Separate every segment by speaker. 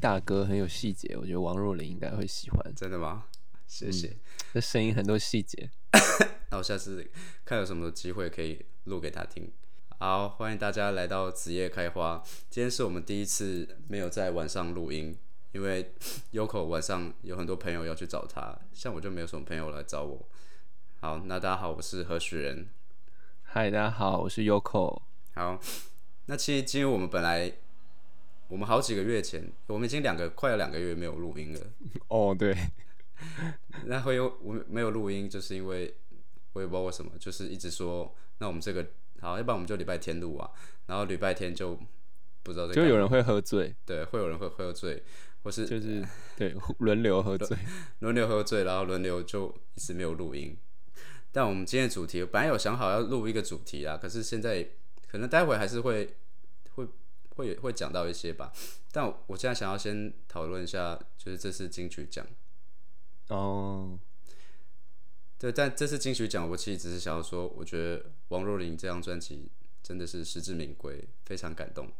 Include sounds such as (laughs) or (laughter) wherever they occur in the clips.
Speaker 1: 大哥很有细节，我觉得王若琳应该会喜欢。
Speaker 2: 真的吗？谢谢。
Speaker 1: 这声音很多细节，
Speaker 2: 那我下次看有什么机会可以录给他听。好，欢迎大家来到子夜开花。今天是我们第一次没有在晚上录音，因为 Yoko 晚上有很多朋友要去找他，像我就没有什么朋友来找我。好，那大家好，我是何许人。
Speaker 1: 嗨，大家好，我是 Yoko。
Speaker 2: 好，那其实今天我们本来我们好几个月前，我们已经两个快要两个月没有录音了。
Speaker 1: 哦，对，
Speaker 2: (laughs) 那会有我没有录音，就是因为我也不知道为什么，就是一直说，那我们这个好，要不然我们就礼拜天录啊，然后礼拜天就不知道这
Speaker 1: 就
Speaker 2: 个
Speaker 1: 有人会喝醉，
Speaker 2: 对，会有人会喝醉，或是呃
Speaker 1: 就是对轮流喝醉。
Speaker 2: 轮流喝醉，然后轮流就一直没有录音。但我们今天的主题，本来有想好要录一个主题啊啦，可是现在可能待会还是会会会会讲到一些吧。但我现在想要先讨论一下，就是这次金曲奖。
Speaker 1: 哦，
Speaker 2: 对，但这次金曲奖，我其实只是想要说，我觉得王若琳这张专辑真的是实至名归，非常感动。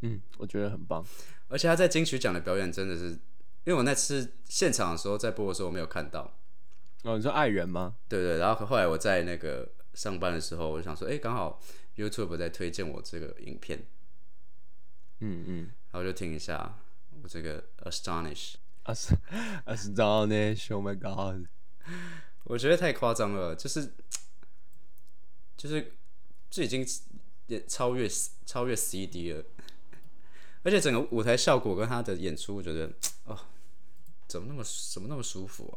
Speaker 1: 嗯，我觉得很棒。
Speaker 2: 而且她在金曲奖的表演真的是，因为我那次现场的时候在播的时候我没有看到，
Speaker 1: 哦，你说爱人吗？
Speaker 2: 对对，然后后来我在那个上班的时候，我就想说，哎，刚好 YouTube 在推荐我这个影片，
Speaker 1: 嗯嗯。
Speaker 2: 然后就听一下我这个 Astonish，
Speaker 1: (laughs) As Astonish, oh 啊 my god！
Speaker 2: 我觉得太夸张了，就是就是这已经也超越超越 CD 了，而且整个舞台效果跟他的演出，我觉得哦，怎么那么怎么那么舒服啊？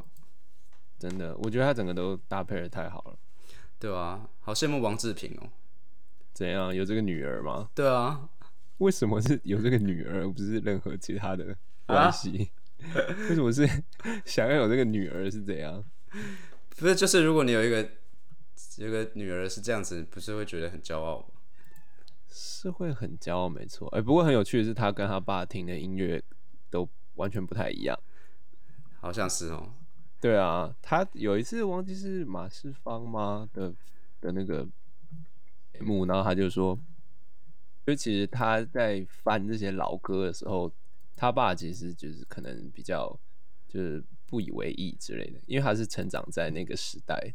Speaker 1: 真的，我觉得他整个都搭配的太好了。
Speaker 2: 对啊，好羡慕王志平哦。
Speaker 1: 怎样？有这个女儿吗？
Speaker 2: 对啊，
Speaker 1: 为什么是有这个女儿，而不是任何其他的关系？为什么是 (laughs) 想要有这个女儿是怎样？
Speaker 2: 不是就是如果你有一个有一个女儿是这样子，不是会觉得很骄傲吗？
Speaker 1: 是会很骄傲，没错。哎、不过很有趣的是，他跟他爸听的音乐都完全不太一样。
Speaker 2: 好像是哦。
Speaker 1: 对啊，他有一次忘记是马世芳吗的的那个节目，然后他就说，就其实他在翻这些老歌的时候，他爸其实就是可能比较就是不以为意之类的，因为他是成长在那个时代，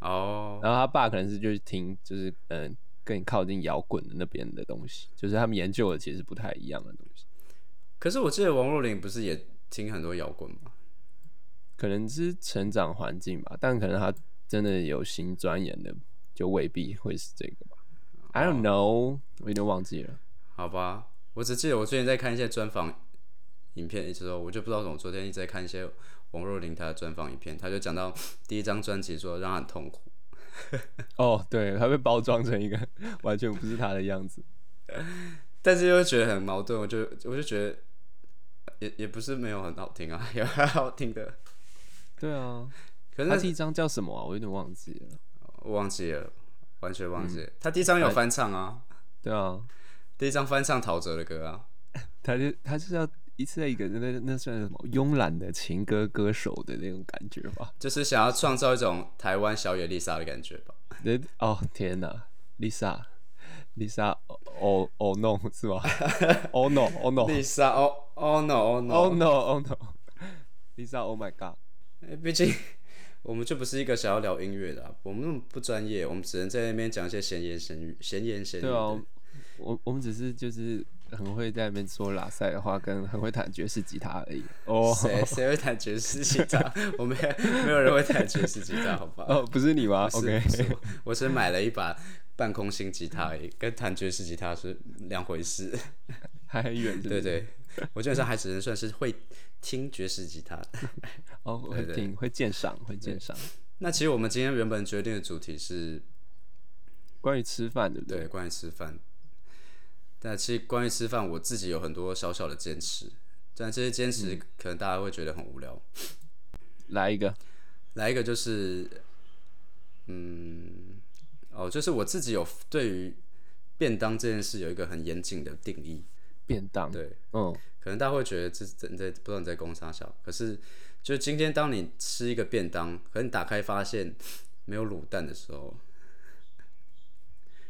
Speaker 2: 哦，
Speaker 1: 然后他爸可能是就是听就是嗯更靠近摇滚的那边的东西，就是他们研究的其实不太一样的东西，
Speaker 2: 可是我记得王若琳不是也听很多摇滚吗？
Speaker 1: 可能是成长环境吧，但可能他真的有心钻研的，就未必会是这个吧。I don't know，我有点忘记了。
Speaker 2: 好吧，我只记得我最近在看一些专访影片，一直说我就不知道怎么，昨天一直在看一些王若琳她的专访影片，她就讲到第一张专辑说让她很痛苦，
Speaker 1: 哦，对，他被包装成一个完全不是他的样子。
Speaker 2: 但是又觉得很矛盾，我就我就觉得也也不是没有很好听啊，也蛮好听的，
Speaker 1: 对啊，
Speaker 2: 可是
Speaker 1: 他
Speaker 2: 那
Speaker 1: 第一张叫什么啊？我有点忘记了。
Speaker 2: 我忘记了，完全忘记了，她第一张有翻唱啊，
Speaker 1: 对啊，
Speaker 2: 第一张翻唱陶喆的歌啊，
Speaker 1: 他就他就是要一次一个那那算是什么慵懒的情歌歌手的那种感觉吧。
Speaker 2: 就是想要创造一种台湾小野丽莎的感觉吧。
Speaker 1: 对，哦天哪，Lisa，Lisa，哦哦 no 是吗？Oh no，Oh
Speaker 2: 丽莎，哦哦 no 哦 no
Speaker 1: no，Oh (laughs) no，Oh no，Lisa，Oh oh my god，
Speaker 2: 诶毕竟我们就不是一个想要聊音乐的啊、我们那么不专业，我们只能在那边讲一些闲言闲语、闲言闲语的。
Speaker 1: 对啊，我我们只是就是很会在那边说拉塞的话，跟很会弹爵士吉他而已。哦
Speaker 2: 谁谁会弹爵士吉他？我们没有人会弹爵士吉他，好吧
Speaker 1: (laughs) 哦，不是你吗
Speaker 2: 是
Speaker 1: ？OK，
Speaker 2: 不是我我只买了一把半空心吉他而已，跟弹爵士吉他是两回事。
Speaker 1: 还很远，
Speaker 2: 对对，我基本上还只能算是会听爵士吉他。
Speaker 1: 哦，会
Speaker 2: 对
Speaker 1: 听会鉴赏，会鉴赏。
Speaker 2: 那其实我们今天原本决定的主题是
Speaker 1: 关于吃饭，对不对？
Speaker 2: 对，关于吃饭。但其实关于吃饭，我自己有很多小小的坚持，但这些坚持
Speaker 1: 嗯
Speaker 2: 可能大家会觉得很无聊。
Speaker 1: 来一个，
Speaker 2: 来一个就是，嗯，哦，就是我自己有对于便当这件事有一个很严谨的定义。
Speaker 1: 便当。
Speaker 2: 对，
Speaker 1: 嗯，
Speaker 2: 可能大家会觉得这这你在不知道你在攻啥小，可是就今天当你吃一个便当，可能你打开发现没有卤蛋的时候，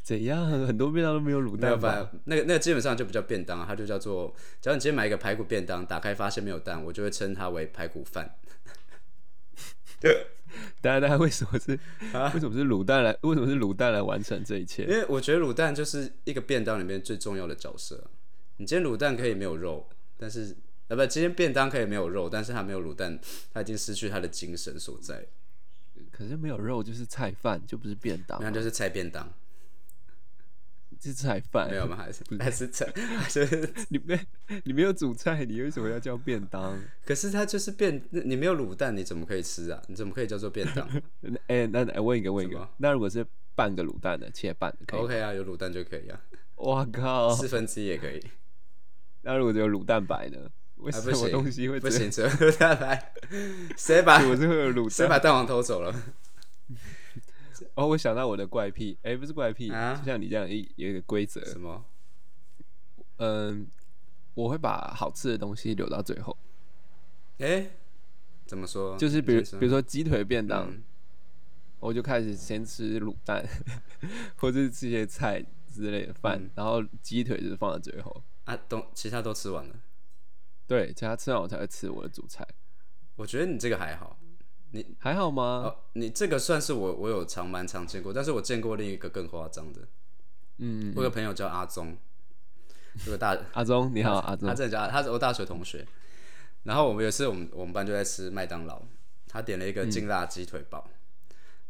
Speaker 1: 怎样？很多便当都没有卤
Speaker 2: 没有
Speaker 1: 蛋吧？
Speaker 2: 办法，那个那个基本上就不叫便当啊，它就叫做，只要你今天买一个排骨便当，打开发现没有蛋，我就会称它为排骨饭。
Speaker 1: 大家大家为什么是、为什么是卤蛋来？为什么是卤蛋来完成这一切？
Speaker 2: 因为我觉得卤蛋就是一个便当里面最重要的角色。啊你今天卤蛋可以没有肉，但是啊不，今天便当可以没有肉，但是它没有卤蛋，它已经失去它的精神所在。
Speaker 1: 可是没有肉就是菜饭，就不是便当
Speaker 2: 那
Speaker 1: 啊，
Speaker 2: 就是菜便当，
Speaker 1: 是菜饭
Speaker 2: 没。有吗？还是还是菜？还是 (laughs)
Speaker 1: (laughs) 你没你没有煮菜，你为什么要叫便当？ (laughs)
Speaker 2: 可是它就是便，你没有卤蛋，你怎么可以吃啊？你怎么 (laughs) 可以叫做便当
Speaker 1: 那哎、那哎问一个问一
Speaker 2: 什
Speaker 1: 个
Speaker 2: 么，
Speaker 1: 那如果是半个卤蛋的，切半的可以吗？
Speaker 2: ？OK 啊，有卤蛋就可以啊，
Speaker 1: 哇靠！
Speaker 2: 四分之一也可以。
Speaker 1: 那如果只有卤蛋白呢？ (laughs) 为
Speaker 2: 啊，
Speaker 1: 什
Speaker 2: 不
Speaker 1: 么
Speaker 2: 行，
Speaker 1: 东西会
Speaker 2: 不
Speaker 1: 只有
Speaker 2: 行，只有卤蛋白。 (laughs) 谁把
Speaker 1: (laughs) 我是会有卤
Speaker 2: 谁
Speaker 1: 蛋。
Speaker 2: 把蛋黄偷走了？
Speaker 1: 哦，我想到我的怪癖，哎、不是怪癖，
Speaker 2: 啊
Speaker 1: 就像你这样一有一个规则，
Speaker 2: 什么？
Speaker 1: 嗯，我会把好吃的东西留到最后，
Speaker 2: 哎、怎么说？
Speaker 1: 就是比如
Speaker 2: 你先说
Speaker 1: 比如说鸡腿便当，
Speaker 2: 嗯
Speaker 1: 我就开始先吃卤蛋， (laughs) 或者是吃一些菜之类的饭，
Speaker 2: 嗯
Speaker 1: 然后鸡腿就是放在最后。
Speaker 2: 啊，都其他都吃完了。
Speaker 1: 对，其他吃完我才会吃我的主菜，
Speaker 2: 我觉得你这个还好，你
Speaker 1: 还好吗？
Speaker 2: 哦，你这个算是我我有常蛮常见过，但是我见过另一个更夸张的。
Speaker 1: 嗯，
Speaker 2: 我有个朋友叫阿宗，有个大
Speaker 1: 阿忠你好，阿忠
Speaker 2: 他，真的叫他是我大学同学。然后我们有一次我们我们班就在吃麦当劳，他点了一个劲辣鸡腿堡，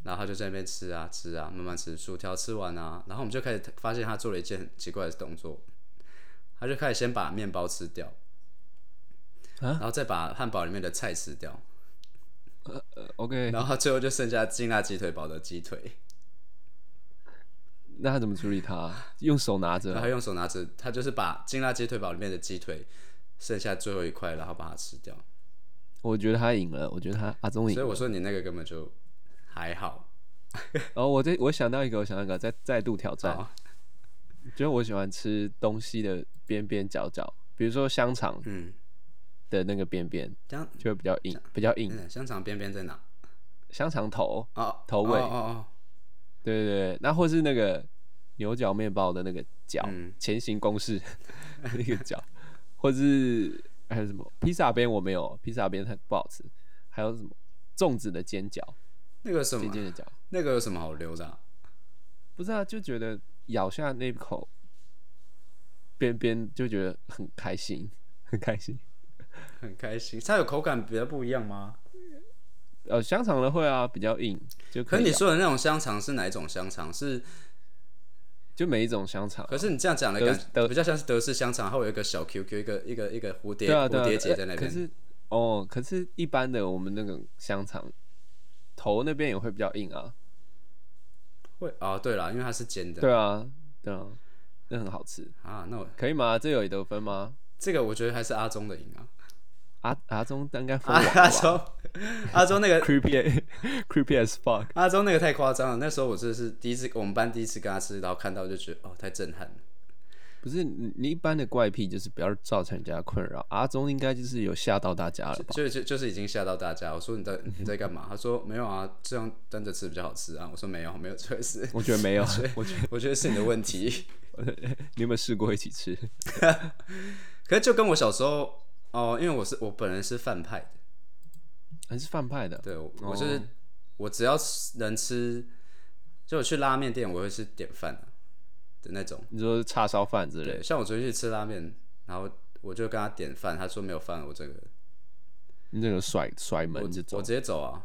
Speaker 2: 然后他就在那边吃啊吃啊，慢慢吃，薯条吃完啊，然后我们就开始发现他做了一件很奇怪的动作，他就开始先把面包吃掉，
Speaker 1: 啊
Speaker 2: 然后再把汉堡里面的菜吃掉，
Speaker 1: 呃，OK，
Speaker 2: 然后他最后就剩下劲辣鸡腿堡的鸡腿，
Speaker 1: 那他怎么处理它、用手拿
Speaker 2: 然
Speaker 1: 着
Speaker 2: 后他用手拿着，他就是把劲辣鸡腿堡里面的鸡腿剩下最后一块，然后把它吃掉。
Speaker 1: 我觉得他赢了，我觉得他阿忠赢
Speaker 2: 所以
Speaker 1: 了。
Speaker 2: 我说你那个根本就还好，
Speaker 1: 然哦后我这我想到一个，我想到一个，再再度挑战。
Speaker 2: 好啊
Speaker 1: 就是我喜欢吃东西的边边角角，比如说香肠
Speaker 2: 嗯，
Speaker 1: 的那个边边
Speaker 2: 香
Speaker 1: 就会比较硬，比较硬。
Speaker 2: 嗯香肠边边在哪？
Speaker 1: 香肠头，
Speaker 2: 哦，
Speaker 1: 头尾
Speaker 2: 哦哦
Speaker 1: 对对对，那或是那个牛角面包的那个角，
Speaker 2: 嗯
Speaker 1: 前行公式 (laughs) 那个角，或是还有什么披萨边我没有，披萨边它不好吃，还有什么粽子的尖角，
Speaker 2: 哦，那个什
Speaker 1: 尖
Speaker 2: 么，
Speaker 1: 尖的角，
Speaker 2: 那个有什么好留的啊、
Speaker 1: 不是啊，就觉得咬下那口边边就觉得很开心，很开心。
Speaker 2: 很开心，它有口感比较不一样吗？
Speaker 1: (laughs) 呃，香肠的会啊，比较硬，就
Speaker 2: 可
Speaker 1: 可
Speaker 2: 是
Speaker 1: 以啊
Speaker 2: 你
Speaker 1: 咬
Speaker 2: 说的那种香肠是哪一种香肠？是，
Speaker 1: 就每一种香肠啊，
Speaker 2: 可是你这样讲的
Speaker 1: 德
Speaker 2: 感
Speaker 1: 德
Speaker 2: 比较像是德式香肠，它会有一个小 QQ，一个一个一个蝴蝶、
Speaker 1: 对啊对
Speaker 2: 蝴
Speaker 1: 啊，
Speaker 2: 蝶结
Speaker 1: 呃
Speaker 2: 在那
Speaker 1: 可
Speaker 2: 边。
Speaker 1: 是哦，可是一般的我们那个香肠头那边也会比较硬啊，
Speaker 2: 会哦，对了，因为它是煎的。
Speaker 1: 对啊，对啊，那很好吃，
Speaker 2: 啊，那我
Speaker 1: 可以吗？这有得分吗？
Speaker 2: 这个我觉得还是阿忠的赢啊。
Speaker 1: 阿阿忠应该封
Speaker 2: 啊
Speaker 1: 王了吧、
Speaker 2: 阿忠，阿忠那个
Speaker 1: creepy (laughs) creepy as fuck，
Speaker 2: 阿忠那个太夸张了，那时候我真的是第一次，我们班第一次跟他吃，然后看到就觉得哦，太震撼了。
Speaker 1: 不是你你一般的怪癖就是不要造成人家困扰，阿忠应该就是有吓到大家了吧？
Speaker 2: 就就就是已经吓到大家。我说你在你在干嘛？他说没有啊，这样端着吃比较好吃啊。我说没有，没有这回事。
Speaker 1: 我觉得没有，我
Speaker 2: (laughs) 我觉得是你的问题。
Speaker 1: 你有没有试过一起吃？
Speaker 2: 可是就跟我小时候哦，因为我是我本人是饭派的，
Speaker 1: 还是饭派的？
Speaker 2: 对我我就是、我只要吃能吃，就我去拉面店我会是点饭的、的那种。
Speaker 1: 你说叉烧饭之类的
Speaker 2: 对，像我昨天去吃拉面，然后我就跟他点饭，他说没有饭，我这个
Speaker 1: 你这个甩甩门这
Speaker 2: 我
Speaker 1: 种，
Speaker 2: 直接走啊，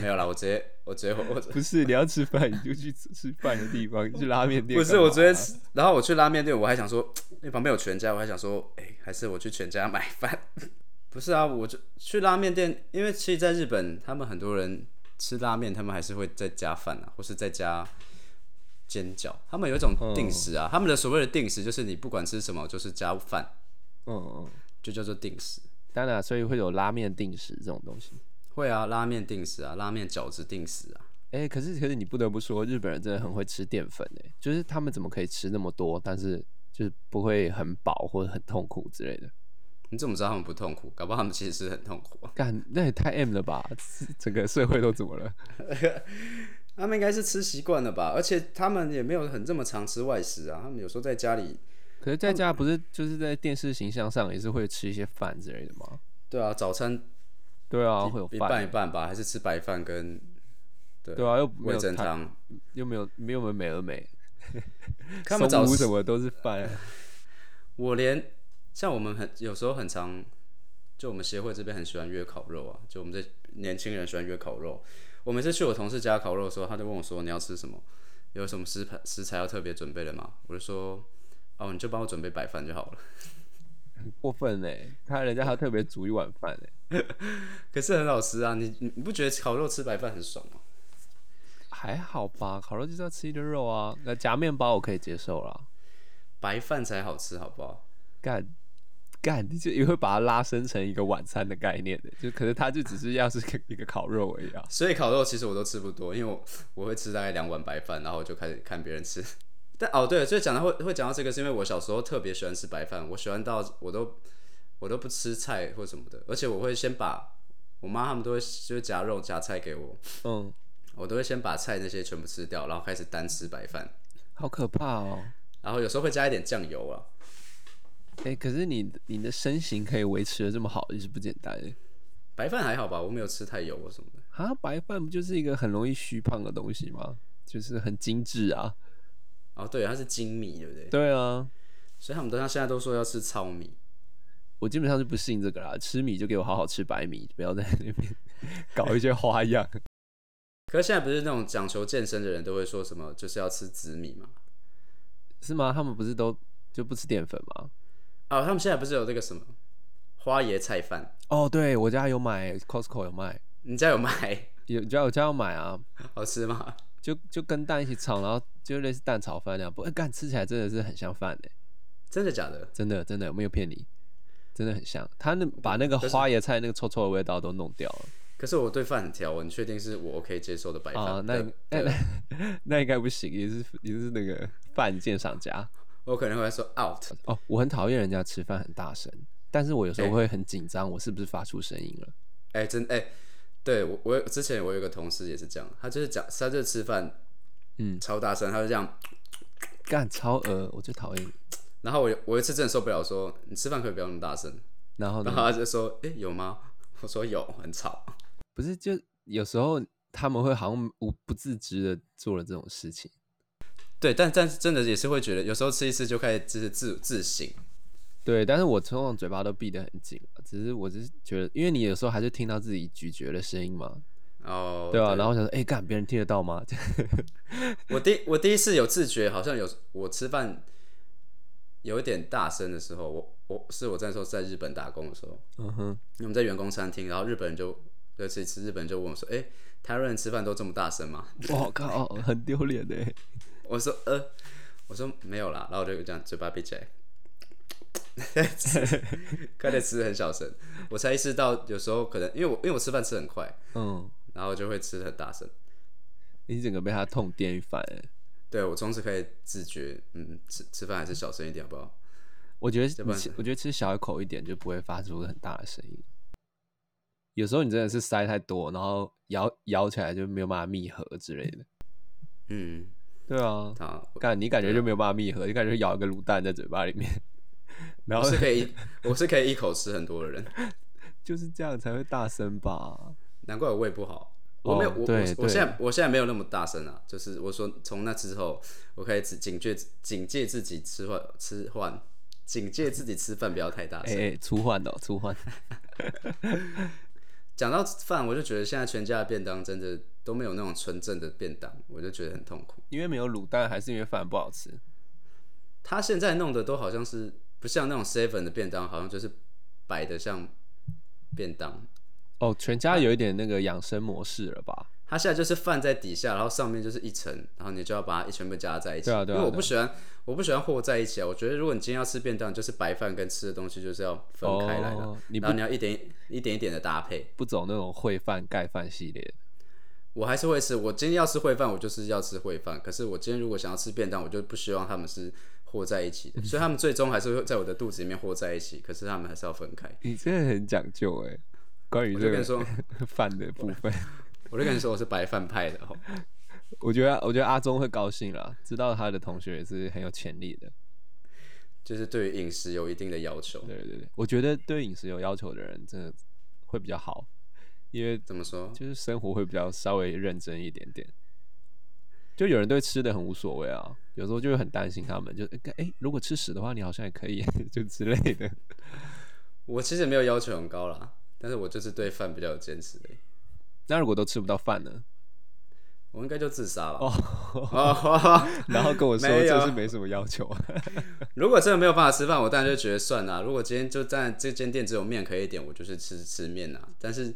Speaker 2: 没有啦，我直接我直接我
Speaker 1: 不是你要吃饭你就去吃吃饭的地
Speaker 2: (laughs)
Speaker 1: 方，去拉面店干嘛。
Speaker 2: 不是，我昨天吃，然后我去拉面店，我还想说，因为旁边有全家，我还想说，哎、还是我去全家买饭。 (laughs) 不是啊，我就去拉面店，因为其实在日本，他们很多人吃拉面，他们还是会再加饭啊，或是再加煎饺。他们有一种定时啊，他们的所谓的定时就是你不管吃什么，就是加饭，
Speaker 1: 嗯嗯，
Speaker 2: 就叫做定时。
Speaker 1: 当然啊，所以会有拉面定时这种东西。
Speaker 2: 会啊，拉面定时啊，拉面饺子定时啊。
Speaker 1: 哎、可是可是你不得不说，日本人真的很会吃淀粉哎、就是他们怎么可以吃那么多，但是就是不会很饱或者很痛苦之类的。
Speaker 2: 你怎么知道他们不痛苦？搞不好他们其实是很痛苦
Speaker 1: (laughs)
Speaker 2: 啊。
Speaker 1: 干，那也太 M 了吧？这整个社会都怎么了？
Speaker 2: 他们应该是吃习惯了吧，而且他们也没有很这么常吃外食啊，他们有时候在家里，
Speaker 1: 可是在家不是就是在电视形象上也是会吃一些饭之类的吗？
Speaker 2: 对啊，早餐
Speaker 1: 对啊，会有
Speaker 2: 一半
Speaker 1: 饭，
Speaker 2: 一半吧，还是吃白饭跟
Speaker 1: 对啊，又没
Speaker 2: 味
Speaker 1: 有
Speaker 2: 增
Speaker 1: 汤，
Speaker 2: 汤。
Speaker 1: 又没有没有美而美，
Speaker 2: 他们早
Speaker 1: 中午什么都是 (laughs) 饭啊，
Speaker 2: 我连像我们很有时候很常，就我们协会这边很喜欢约烤肉啊，就我们这年轻人喜欢约烤肉。我每次去我同事家烤肉的时候，他就问我说：“你要吃什么？有什么食材食材要特别准备的吗？”我就说：“哦，你就帮我准备白饭就好了。
Speaker 1: 很过分呢。他人家还特别煮一碗饭呢，”
Speaker 2: 可是很好吃啊，你你你不觉得烤肉吃白饭很爽吗？
Speaker 1: 还好吧？烤肉就是要吃一堆肉啊，那夹面包我可以接受啦。
Speaker 2: 白饭才好吃，好不好？
Speaker 1: 干干，你就也会把它拉伸成一个晚餐的概念的，就可是它就只是要是个一个烤肉而已啊。
Speaker 2: 所以烤肉其实我都吃不多，因为我我会吃大概两碗白饭，然后我就开始看别人吃。 (laughs) 但哦对，所以讲到会会讲到这个，是因为我小时候特别喜欢吃白饭，我喜欢到我都我都不吃菜或什么的，而且我会先把我妈他们都会就是夹肉夹菜给我，
Speaker 1: 嗯，
Speaker 2: 我都会先把菜那些全部吃掉，然后开始单吃白饭，
Speaker 1: 好可怕哦。
Speaker 2: 然后有时候会加一点酱油啊。
Speaker 1: 哎、可是你你的身形可以维持的这么好，也是不简单欸
Speaker 2: 白饭还好吧，我没有吃太油或什么的。
Speaker 1: 啊。白饭不就是一个很容易虚胖的东西吗？就是很精致啊。
Speaker 2: 哦对，它是精米对不对？
Speaker 1: 对啊，
Speaker 2: 所以他们都像现在都说要吃糙米，
Speaker 1: 我基本上是不信这个啦。吃米就给我好好吃白米，不要在那 (laughs) 边搞一些花样。
Speaker 2: 可是现在不是那种讲求健身的人都会说什么就是要吃紫米嘛？
Speaker 1: (laughs) 是吗？他们不是都就不吃淀粉吗？
Speaker 2: 啊，他们现在不是有那个什么花椰菜饭？
Speaker 1: 哦，对我家有买，Costco 有卖，
Speaker 2: 你家有卖？
Speaker 1: 有你知道我家有买啊。
Speaker 2: 好吃吗？ (laughs)
Speaker 1: 就就跟蛋一起炒，然后就类似蛋炒饭那样。不，哎干、吃起来真的是很像饭诶，
Speaker 2: 真的假的？
Speaker 1: 真的真的没有骗你，真的很像。他那把那个花椰菜那个臭臭的味道都弄掉了
Speaker 2: 可是我对饭很挑，你确定是我 OK 接受的白饭？
Speaker 1: 啊、那
Speaker 2: 对
Speaker 1: 那
Speaker 2: 对
Speaker 1: 那 (laughs) 那应该不行，也是也是那个饭鉴赏家
Speaker 2: 我可能会说 out。
Speaker 1: 哦。我很讨厌人家吃饭很大声，但是我有时候会很紧张，我是不是发出声音了？
Speaker 2: 哎、真哎、对我我有之前我有一个同事也是这样，他就是讲他就是吃饭，
Speaker 1: 嗯
Speaker 2: 超大声，他就这样。
Speaker 1: 干超额，我最讨厌。
Speaker 2: 然后我有我有一次真的受不了说你吃饭可不可以不要那么大声，
Speaker 1: 然后
Speaker 2: 然
Speaker 1: 呢，
Speaker 2: 后他就说哎、有吗？我说有，很吵。
Speaker 1: 不是就有时候他们会好像无不自知的做了这种事情。
Speaker 2: 对，但但是真的也是会觉得有时候吃一次就开始就是自自省，
Speaker 1: 对，但是我通常嘴巴都闭得很紧啊，只是我只是觉得，因为你有时候还是听到自己咀嚼的声音嘛，
Speaker 2: 哦，
Speaker 1: 对啊，然后我想说，哎、干别人听得到吗？ (laughs)
Speaker 2: 我第我第一次有自觉，好像有我吃饭有一点大声的时候，我我是我在说在日本打工的时候，
Speaker 1: 嗯哼，
Speaker 2: 我们在员工餐厅，然后日本人就有一次吃日本人就问我说：“哎、台湾人吃饭都这么大声吗 (laughs)
Speaker 1: 我靠，很丢脸的。？”欸
Speaker 2: 我说：“呃，我说没有啦。”然后我就这样嘴巴闭起来，吃快点吃很小声。我才意识到有时候可能因为我因为我吃饭吃很快，
Speaker 1: 嗯，
Speaker 2: 然后就会吃得很大声。
Speaker 1: 你整个被他痛电一番欸。
Speaker 2: 对我从此可以自觉，嗯，吃吃饭还是小声一点好不好？
Speaker 1: 我觉
Speaker 2: 这
Speaker 1: 得你
Speaker 2: 不然
Speaker 1: 吃，我觉得吃小一口一点就不会发出很大的声音。有时候你真的是塞太多，然后咬咬起来就没有办法密合之类的。
Speaker 2: 嗯，
Speaker 1: 对啊，
Speaker 2: 好，
Speaker 1: (laughs) 干你感觉
Speaker 2: 对啊
Speaker 1: 就没有办法密合，你感觉咬一个卤蛋在嘴巴里面，然
Speaker 2: 我
Speaker 1: 后 (laughs)
Speaker 2: 是可以， (laughs) 我是可以一口吃很多的人，
Speaker 1: 就是这样才会大声吧。
Speaker 2: 难怪我胃不好。我没有，
Speaker 1: 哦
Speaker 2: 我
Speaker 1: 对
Speaker 2: 我我
Speaker 1: 对
Speaker 2: 现在我现在没有那么大声啊，就是我说从那之后，我开始警戒警戒自己吃饭吃饭，警戒自己吃饭不要太大
Speaker 1: (laughs) 哎、
Speaker 2: 声。
Speaker 1: 哎、粗换的、哦，粗换。
Speaker 2: 讲到饭，我就觉得现在全家的便当真的都没有那种纯正的便当，我就觉得很痛苦。
Speaker 1: 因为没有卤蛋，还是因为饭不好吃？
Speaker 2: 他现在弄的都好像是不像那种 seven 的便当，好像就是摆的像便当。
Speaker 1: 哦，全家有一点那个养生模式了吧？
Speaker 2: 它现在就是饭在底下，然后上面就是一层，然后你就要把它全部加在一起。
Speaker 1: 对啊对啊
Speaker 2: 因为我
Speaker 1: 对啊
Speaker 2: 不喜欢，我不喜欢和在一起啊。我觉得如果你今天要吃便当，就是白饭跟吃的东西就是要分开来的，
Speaker 1: 哦你不
Speaker 2: 然后你要一点一点一点的搭配。
Speaker 1: 不走那种烩饭、盖饭系列。 (laughs)
Speaker 2: 我还是会吃，我今天要吃烩饭，我就是要吃烩饭。可是我今天如果想要吃便当，我就不希望他们是和在一起
Speaker 1: 嗯
Speaker 2: 的，所以他们最终还是会在我的肚子里面和在一起。可是他们还是要分开。
Speaker 1: 你真的很讲究哎、关于
Speaker 2: 我
Speaker 1: 这
Speaker 2: 就跟你
Speaker 1: 个 (laughs)
Speaker 2: 说，
Speaker 1: 饭的部分， (laughs)
Speaker 2: 我就跟你说我是白饭派的哦。
Speaker 1: 我觉得我觉得阿忠会高兴啦，知道他的同学也是很有潜力的。
Speaker 2: 就是对于饮食有一定的要求。
Speaker 1: 对对对，我觉得对饮食有要求的人真的会比较好，因为
Speaker 2: 怎么说？
Speaker 1: 就是生活会比较稍微认真一点点。就有人对吃的很无所谓啊，有时候就会很担心他们，就哎、诶如果吃屎的话，你好像也可以， (laughs) 就之类的。
Speaker 2: 我其实没有要求很高啦，但是我就是对饭比较有坚持而已。
Speaker 1: 那如果都吃不到饭呢？
Speaker 2: 我应该就自杀吧。
Speaker 1: 哦，
Speaker 2: 哦，
Speaker 1: (laughs)
Speaker 2: (laughs)
Speaker 1: 然后跟我说
Speaker 2: 没有
Speaker 1: 这是没什么要求啊。
Speaker 2: 如果真的没有办法吃饭，我当然就觉得算啦、如果今天就但这间店只有面可以点，我就是吃吃面啊。但是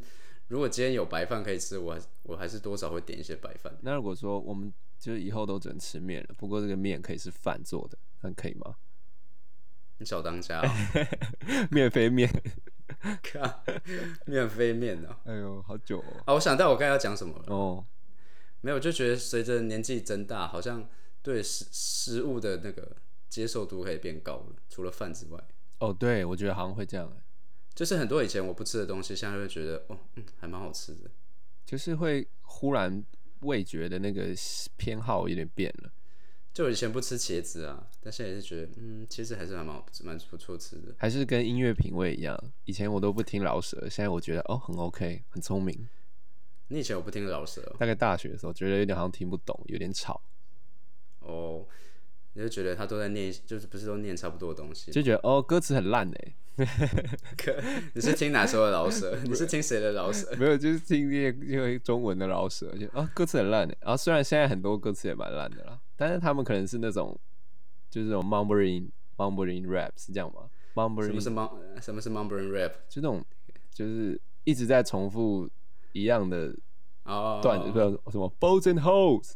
Speaker 2: 如果今天有白饭可以吃，我还我还是多少会点一些白饭。
Speaker 1: (laughs) 那如果说我们就是以后都只能吃面了，不过这个面可以是饭做的，那可以 (laughs) 吗？
Speaker 2: 你小当
Speaker 1: (laughs)
Speaker 2: 家、哦，
Speaker 1: 面非面，
Speaker 2: 看面非面哦。
Speaker 1: 哎呦，好久哦。
Speaker 2: 啊，我想到我刚才要讲什么了。
Speaker 1: 哦，
Speaker 2: 没有，就觉得随着年纪增大，好像对食食物的那个接受度可以变高了，除了饭之外。
Speaker 1: 哦，对，我觉得好像会这样，
Speaker 2: 就是很多以前我不吃的东西，现在会觉得哦，嗯，还蛮好吃的。
Speaker 1: 就是会忽然味觉的那个偏好有点变了。
Speaker 2: 就我以前不吃茄子啊，但现在也是觉得，嗯，其实还是还蛮好蛮不错吃的。
Speaker 1: 还是跟音乐品味一样，以前我都不听饶舌，现在我觉得哦很 OK，很聪明。
Speaker 2: 你以前有不听饶舌哦
Speaker 1: 大概大学的时候觉得有点好像听不懂，有点吵，
Speaker 2: 哦，你就觉得他都在念，就是不是都念差不多的
Speaker 1: (laughs)
Speaker 2: 东西？
Speaker 1: 就觉得哦歌词很烂哎，
Speaker 2: 你是听哪时候的饶舌？你是听谁的饶舌？
Speaker 1: (laughs) 没有就是听那些因为中文的饶舌，就啊歌词很烂哎，然后虽然现在很多歌词也蛮烂的啦，但是他们可能是那种就是那种 mumbling mumbling rap 是这样吗
Speaker 2: 什么
Speaker 1: ？mumbling
Speaker 2: 是 mum 什么是 mumbling rap？
Speaker 1: 就那种就是一直在重复一样的
Speaker 2: 哦，
Speaker 1: 段子，不知道什么 boats and hoes。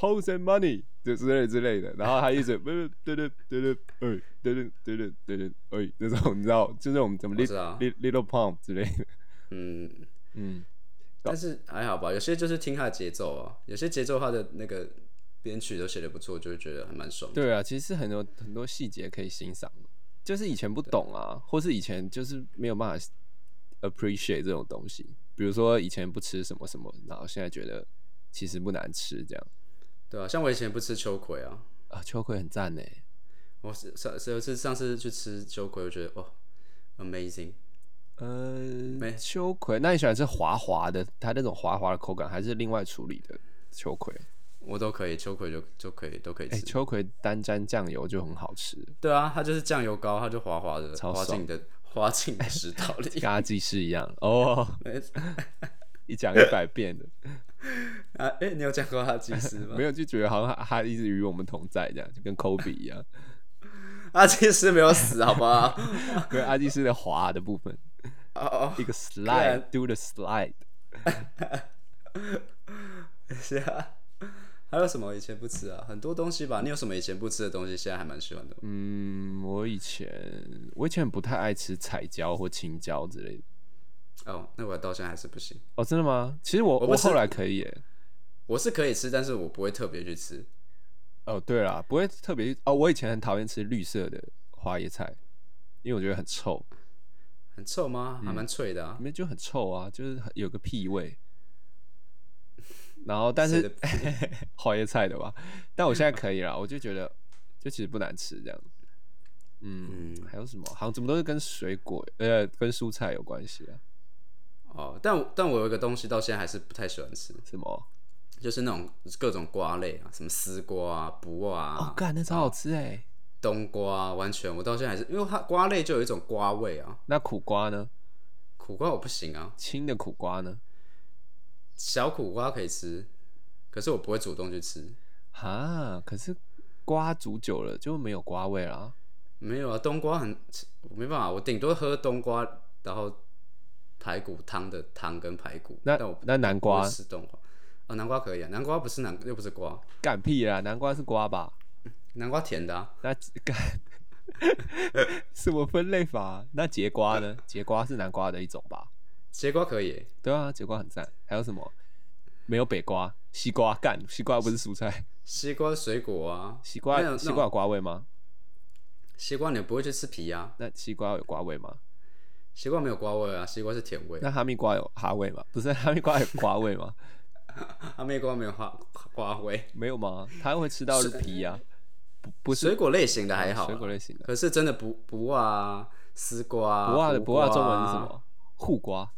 Speaker 1: Hoes and money 就之类之类的，然后他一直
Speaker 2: (laughs)
Speaker 1: 对对对对对对对对对对对哎那种你知道，就那种什么
Speaker 2: 我知道
Speaker 1: little little pump 之类的，
Speaker 2: 嗯，
Speaker 1: 嗯，
Speaker 2: 但是还好吧，有些就是听他的节奏啊，有些节奏他的那个编曲都写的不错，就会觉得还蛮爽
Speaker 1: (laughs)
Speaker 2: 的。
Speaker 1: 对啊，其实很多很多细节可以欣赏，就是以前不懂啊，或是以前就是没有办法 appreciate 这种东西。比如说以前不吃什么什么，然后现在觉得其实不难吃这样
Speaker 2: 对啊，像我以前不吃秋葵啊，
Speaker 1: 啊，秋葵很赞呢。
Speaker 2: 我是上是是上次去吃秋葵，我觉得哦，amazing，
Speaker 1: 呃
Speaker 2: 没，
Speaker 1: 秋葵，那你喜欢吃滑滑的，它那种滑滑的口感，还是另外处理的秋葵？
Speaker 2: 我都可以，秋葵就就可以都可以
Speaker 1: 哎、
Speaker 2: 吃。
Speaker 1: 秋葵单沾酱油就很好吃，
Speaker 2: 对啊，它就是酱油膏，它就滑滑的，
Speaker 1: 超
Speaker 2: 滑
Speaker 1: 爽
Speaker 2: 进你的滑进你的食道里。
Speaker 1: (laughs) (laughs)
Speaker 2: 哎
Speaker 1: 跟阿鸡翅一样哦，
Speaker 2: 没
Speaker 1: 一讲一百遍 (laughs) 的，
Speaker 2: 啊，哎、你有讲过他的技师吗？
Speaker 1: (laughs) 没有就觉得好像它它一直与我们同在这样，就跟科比一 (laughs) 样。
Speaker 2: 他技师没有死，好不好？
Speaker 1: (laughs) 跟阿基斯的滑的部分， (laughs)
Speaker 2: 哦哦，
Speaker 1: 一个
Speaker 2: 然
Speaker 1: slide do the slide，
Speaker 2: 是啊。还有什么以前不吃啊？很多东西吧。你有什么以前不吃的东西，现在还蛮喜欢的吗？
Speaker 1: 嗯，我以前我以前不太爱吃彩椒或青椒之类的。
Speaker 2: 哦，那我到现在还是不行。
Speaker 1: 哦，真的吗？其实我
Speaker 2: 我
Speaker 1: 我
Speaker 2: 不吃
Speaker 1: 后来可以耶。
Speaker 2: 我是可以吃，但是我不会特别去吃。
Speaker 1: 哦，对啦，不会特别哦。我以前很讨厌吃绿色的花椰菜，因为我觉得很臭，
Speaker 2: 很臭吗？
Speaker 1: 嗯
Speaker 2: 还蛮脆的啊
Speaker 1: 里。面就很臭啊，就是很有个屁
Speaker 2: (laughs)
Speaker 1: 味。然后，但
Speaker 2: 谁
Speaker 1: 是
Speaker 2: 的
Speaker 1: (laughs) 花椰菜的吧，但我现在可以了，我就觉得就其实不难吃这样。嗯，
Speaker 2: 嗯，
Speaker 1: 还有什么？好像怎么都是跟水果呃跟蔬菜有关系啊？
Speaker 2: 哦，但我但我有一个东西到现在还是不太喜欢吃，
Speaker 1: 什么？
Speaker 2: 就是那种各种瓜类啊，什么丝瓜啊、卜啊、
Speaker 1: 哦，干，那超好吃哎、
Speaker 2: 冬瓜啊，完全我到现在还是，因为它瓜类就有一种瓜味啊，
Speaker 1: 那苦瓜呢？
Speaker 2: 苦瓜我不行啊，
Speaker 1: 青的苦瓜呢？
Speaker 2: 小苦瓜可以吃，可是我不会主动去吃。
Speaker 1: 哈，可是瓜煮久了就没有瓜味啦。
Speaker 2: 没有啊，冬瓜很，我没办法，我顶多喝冬瓜，然后排骨汤的汤跟排骨。
Speaker 1: 那
Speaker 2: 但我不
Speaker 1: 那南
Speaker 2: 不
Speaker 1: 瓜
Speaker 2: 会吃冬瓜，哦，南瓜可以啊，南瓜不是南又不是瓜，
Speaker 1: 干屁啦，南瓜是瓜吧？
Speaker 2: 南瓜甜的、啊，
Speaker 1: 那干 (laughs) 什么分类法啊？那节瓜呢？节瓜是南瓜的一种吧？
Speaker 2: 节瓜可以耶，
Speaker 1: 对啊，节瓜很赞。还有什么？没有北瓜，西瓜干，西瓜不是蔬菜，
Speaker 2: 西瓜水果啊，
Speaker 1: 西
Speaker 2: 那种
Speaker 1: 瓜西，
Speaker 2: 那
Speaker 1: 瓜有
Speaker 2: 种
Speaker 1: 瓜味吗？
Speaker 2: 西瓜你不会去吃皮啊，
Speaker 1: 那西瓜有瓜味吗？
Speaker 2: 西瓜没有瓜味啊，西瓜是甜味。
Speaker 1: 那哈密瓜有哈味吗？不是哈密瓜有瓜味吗？
Speaker 2: 哈密瓜没有花花灰，
Speaker 1: 没有吗？它会吃到皮呀、不不是
Speaker 2: 水果类型的还好啊、
Speaker 1: 水果类型的。
Speaker 2: 可是真的不不袜啊、丝瓜啊、
Speaker 1: 不
Speaker 2: 胡
Speaker 1: 辣
Speaker 2: 瓜
Speaker 1: 的不辣中文是什？么？护瓜。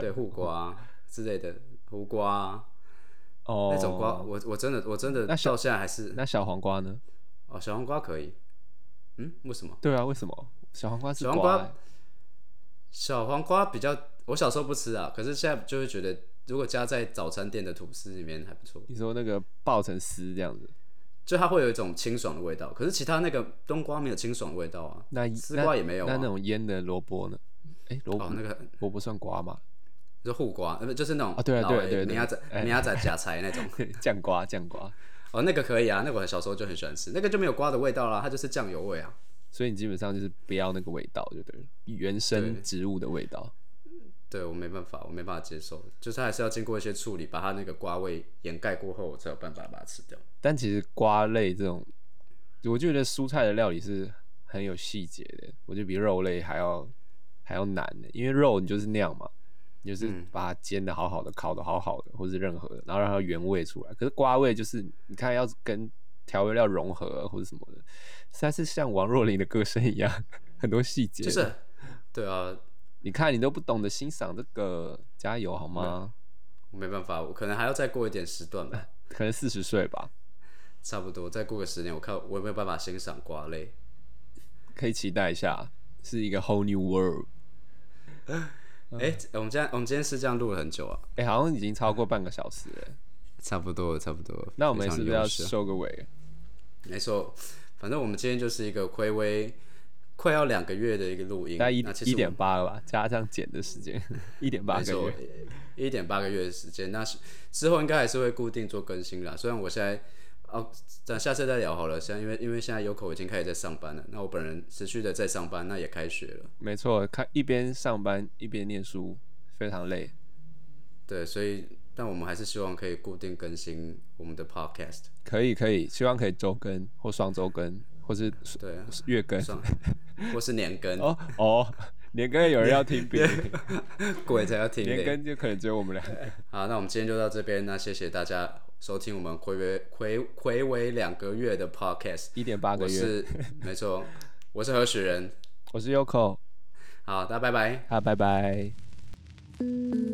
Speaker 2: 对，护瓜之类的，胡瓜啊
Speaker 1: 哦，
Speaker 2: 那种瓜，我我真的我真的
Speaker 1: 那小
Speaker 2: 到现在还是
Speaker 1: 那小黄瓜呢？
Speaker 2: 哦，小黄瓜可以。嗯，为什么？
Speaker 1: 对啊，为什么小黄瓜是
Speaker 2: 小黄
Speaker 1: 瓜
Speaker 2: 瓜
Speaker 1: 欸？
Speaker 2: 小黄瓜比较，我小时候不吃啊，可是现在就会觉得，如果加在早餐店的吐司里面还不错，
Speaker 1: 你说那个爆成丝这样子，
Speaker 2: 就它会有一种清爽的味道。可是其他那个冬瓜没有清爽的味道啊，
Speaker 1: 那
Speaker 2: 丝
Speaker 1: 那
Speaker 2: 瓜也没有
Speaker 1: 那
Speaker 2: 啊
Speaker 1: 那。种腌的萝卜呢？哎，萝卜
Speaker 2: 哦，那个
Speaker 1: 萝卜算瓜吗？
Speaker 2: 就护瓜，呃不就是那种
Speaker 1: 啊对啊
Speaker 2: 老
Speaker 1: 对啊
Speaker 2: 的
Speaker 1: 对啊对啊
Speaker 2: 米亚仔
Speaker 1: 哎
Speaker 2: 米亚仔假菜那种。
Speaker 1: 酱瓜酱瓜，
Speaker 2: 哦，那个可以啊，那个我小时候就很喜欢吃，那个就没有瓜的味道啦，它就是酱油味啊。
Speaker 1: 所以你基本上就是不要那个味道就对了，原生
Speaker 2: 对
Speaker 1: 植物的味道。
Speaker 2: 对我没办法，我没办法接受，就是它还是要经过一些处理，把它那个瓜味掩盖过后，我才有办法把它吃掉。
Speaker 1: 但其实瓜类这种，我觉得蔬菜的料理是很有细节的，我觉得比肉类还要还要难的，因为肉你就是那样嘛，你就是
Speaker 2: 嗯
Speaker 1: 把它煎的好好的，烤的好好的，或是任何的，然后让它原味出来。可是瓜味就是你看要跟调味料融合啊或者什么的，实在是像王若琳的歌声一样， (laughs) 很多细节。
Speaker 2: 就是，对啊，
Speaker 1: 你看你都不懂得欣赏这个，加油好吗？
Speaker 2: 我没办法，我可能还要再过一点时段吧，
Speaker 1: 可能四十岁吧，
Speaker 2: 差不多再过个十年，我看我有没有办法欣赏瓜类。
Speaker 1: 可以期待一下，是一个 whole new world。
Speaker 2: 哎、我们今天我们今天是这样录了很久啊，
Speaker 1: 哎、好像已经超过半个小时了。
Speaker 2: 差不多了，差不多了。
Speaker 1: 那我们
Speaker 2: 非常
Speaker 1: 是不是要
Speaker 2: 优啊秀
Speaker 1: 收个尾？
Speaker 2: 没错，反正我们今天就是一个暌违快要两个月的一个录音，
Speaker 1: 大概一
Speaker 2: 那其实
Speaker 1: 一
Speaker 2: 我
Speaker 1: 点八了吧，加上减的时
Speaker 2: (laughs)
Speaker 1: 间，一点八
Speaker 2: 没
Speaker 1: 个
Speaker 2: 错
Speaker 1: 月。，
Speaker 2: 一点八个月的时间，那是之后应该还是会固定做更新啦。虽然我现在哦，咱下次再聊好了。现在因为因为现在有口已经开始在上班了，那我本人持续的在上班，那也开学了，
Speaker 1: 没错，看一边上班一边念书，非常累。
Speaker 2: 对，所以但我们还是希望可以固定更新我们的 podcast。
Speaker 1: 可以可以，希望可以周更或双周更，或是
Speaker 2: 对啊，
Speaker 1: 月更。
Speaker 2: 上或是年更，
Speaker 1: 哦哦，年更有人要
Speaker 2: (laughs)
Speaker 1: 听别人，
Speaker 2: 鬼才要听
Speaker 1: 年
Speaker 2: 的。
Speaker 1: 更就可能只有我们两个。
Speaker 2: 好，那我们今天就到这边，那谢谢大家收听我们暌违暌暌违两个月的 podcast。
Speaker 1: 一点八个
Speaker 2: 我
Speaker 1: 月。
Speaker 2: 是没错，我是何许人。
Speaker 1: 我是 Yoko，
Speaker 2: 好，大家拜拜。
Speaker 1: 啊，拜拜。
Speaker 3: thank